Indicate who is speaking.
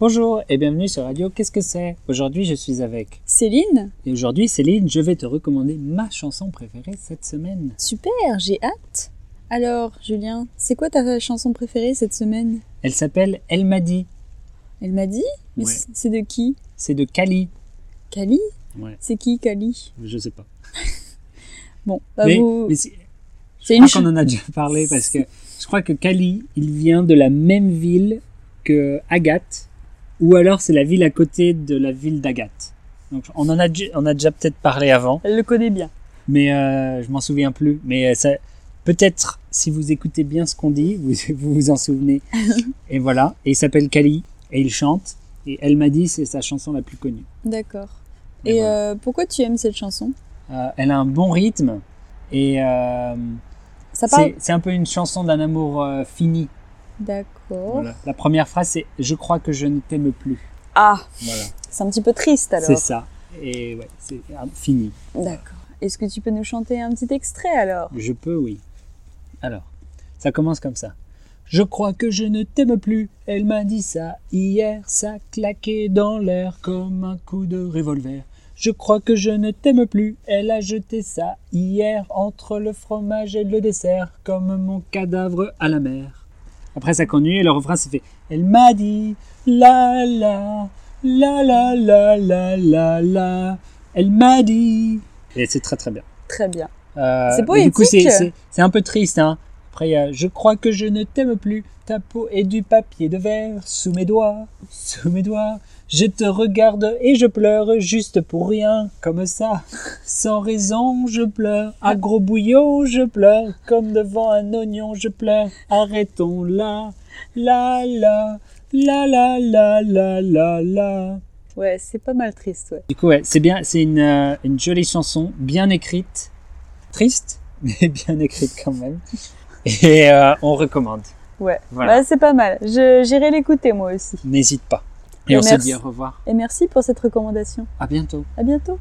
Speaker 1: Bonjour et bienvenue sur Radio Qu'est-ce que c'est Aujourd'hui je suis avec.
Speaker 2: Céline
Speaker 1: Et aujourd'hui Céline, je vais te recommander ma chanson préférée cette semaine.
Speaker 2: Super, j'ai hâte Alors, Julien, c'est quoi ta chanson préférée cette semaine
Speaker 1: Elle s'appelle Elle m'a dit.
Speaker 2: Elle m'a dit Mais
Speaker 1: Ouais.
Speaker 2: c- c'est de qui
Speaker 1: C'est de Cali.
Speaker 2: Kali
Speaker 1: Ouais,
Speaker 2: C'est qui Kali
Speaker 1: je sais pas.
Speaker 2: Bon, bah
Speaker 1: mais
Speaker 2: vous...
Speaker 1: mais ah, c'est-
Speaker 2: c'est
Speaker 1: Je
Speaker 2: une
Speaker 1: crois qu'on
Speaker 2: ch-
Speaker 1: en a déjà parlé parce que je crois que Cali, il vient de la même ville que Agathe, ou alors c'est la ville à côté de la ville d'Agathe. Donc on en a, dj- on a déjà peut-être parlé avant,
Speaker 2: Elle le connaît bien.
Speaker 1: mais euh, je m'en souviens plus. Mais euh, ça, peut-être si vous écoutez bien ce qu'on dit, vous vous, vous en souvenez. et voilà. Et il s'appelle Cali et il chante. Et elle m'a dit c'est sa chanson la plus connue.
Speaker 2: D'accord.
Speaker 1: Et
Speaker 2: Et,
Speaker 1: voilà.
Speaker 2: euh, pourquoi tu aimes cette chanson
Speaker 1: Euh, elle a un bon rythme et euh,
Speaker 2: Ça
Speaker 1: c'est
Speaker 2: parle...
Speaker 1: c'est un peu une chanson d'un amour euh, fini.
Speaker 2: D'accord.
Speaker 1: Voilà. La première phrase, c'est Je crois que je ne t'aime plus.
Speaker 2: Ah,
Speaker 1: Voilà.
Speaker 2: c'est un petit peu triste
Speaker 1: C'est
Speaker 2: alors.
Speaker 1: ça. Et ouais, c'est ah, fini.
Speaker 2: D'accord. Est-ce que tu peux nous chanter un petit extrait alors
Speaker 1: Je peux, oui. Alors, ça commence comme ça. Je crois que je ne t'aime plus. Elle m'a dit ça hier. Ça claquait dans l'air comme un coup de revolver. Je crois que je ne t'aime plus. Elle a jeté ça hier entre le fromage et le dessert comme mon cadavre à la mer. Après ça continue et le refrain se fait. Elle m'a dit la la la la la la la la. Elle m'a dit. Et c'est très très bien.
Speaker 2: Très bien.
Speaker 1: Euh,
Speaker 2: C'est
Speaker 1: mais Du coup, c'est,
Speaker 2: poétique.
Speaker 1: c'est- c'est un peu triste. Hein. Après, il y a, je crois que je ne t'aime plus. Ta peau est du papier de verre sous mes doigts, sous mes doigts. Je te regarde et je pleure juste pour rien, comme ça. Sans raison, je pleure. À gros bouillon, je pleure. Comme devant un oignon, je pleure. Arrêtons là, là, là, là, là, là, là, là, là.
Speaker 2: Ouais, c'est pas mal triste, ouais.
Speaker 1: Du coup, ouais, c'est bien, c'est une, euh, une jolie chanson, bien écrite, triste, mais bien écrite quand même. Et euh, on recommande.
Speaker 2: Ouais,
Speaker 1: Voilà.
Speaker 2: Bah, c'est pas mal. Je- J'irai l'écouter moi aussi.
Speaker 1: N'hésite pas. Et,
Speaker 2: Et
Speaker 1: on se
Speaker 2: merci.
Speaker 1: dit au revoir.
Speaker 2: Et merci pour cette recommandation.
Speaker 1: À bientôt.
Speaker 2: À bientôt.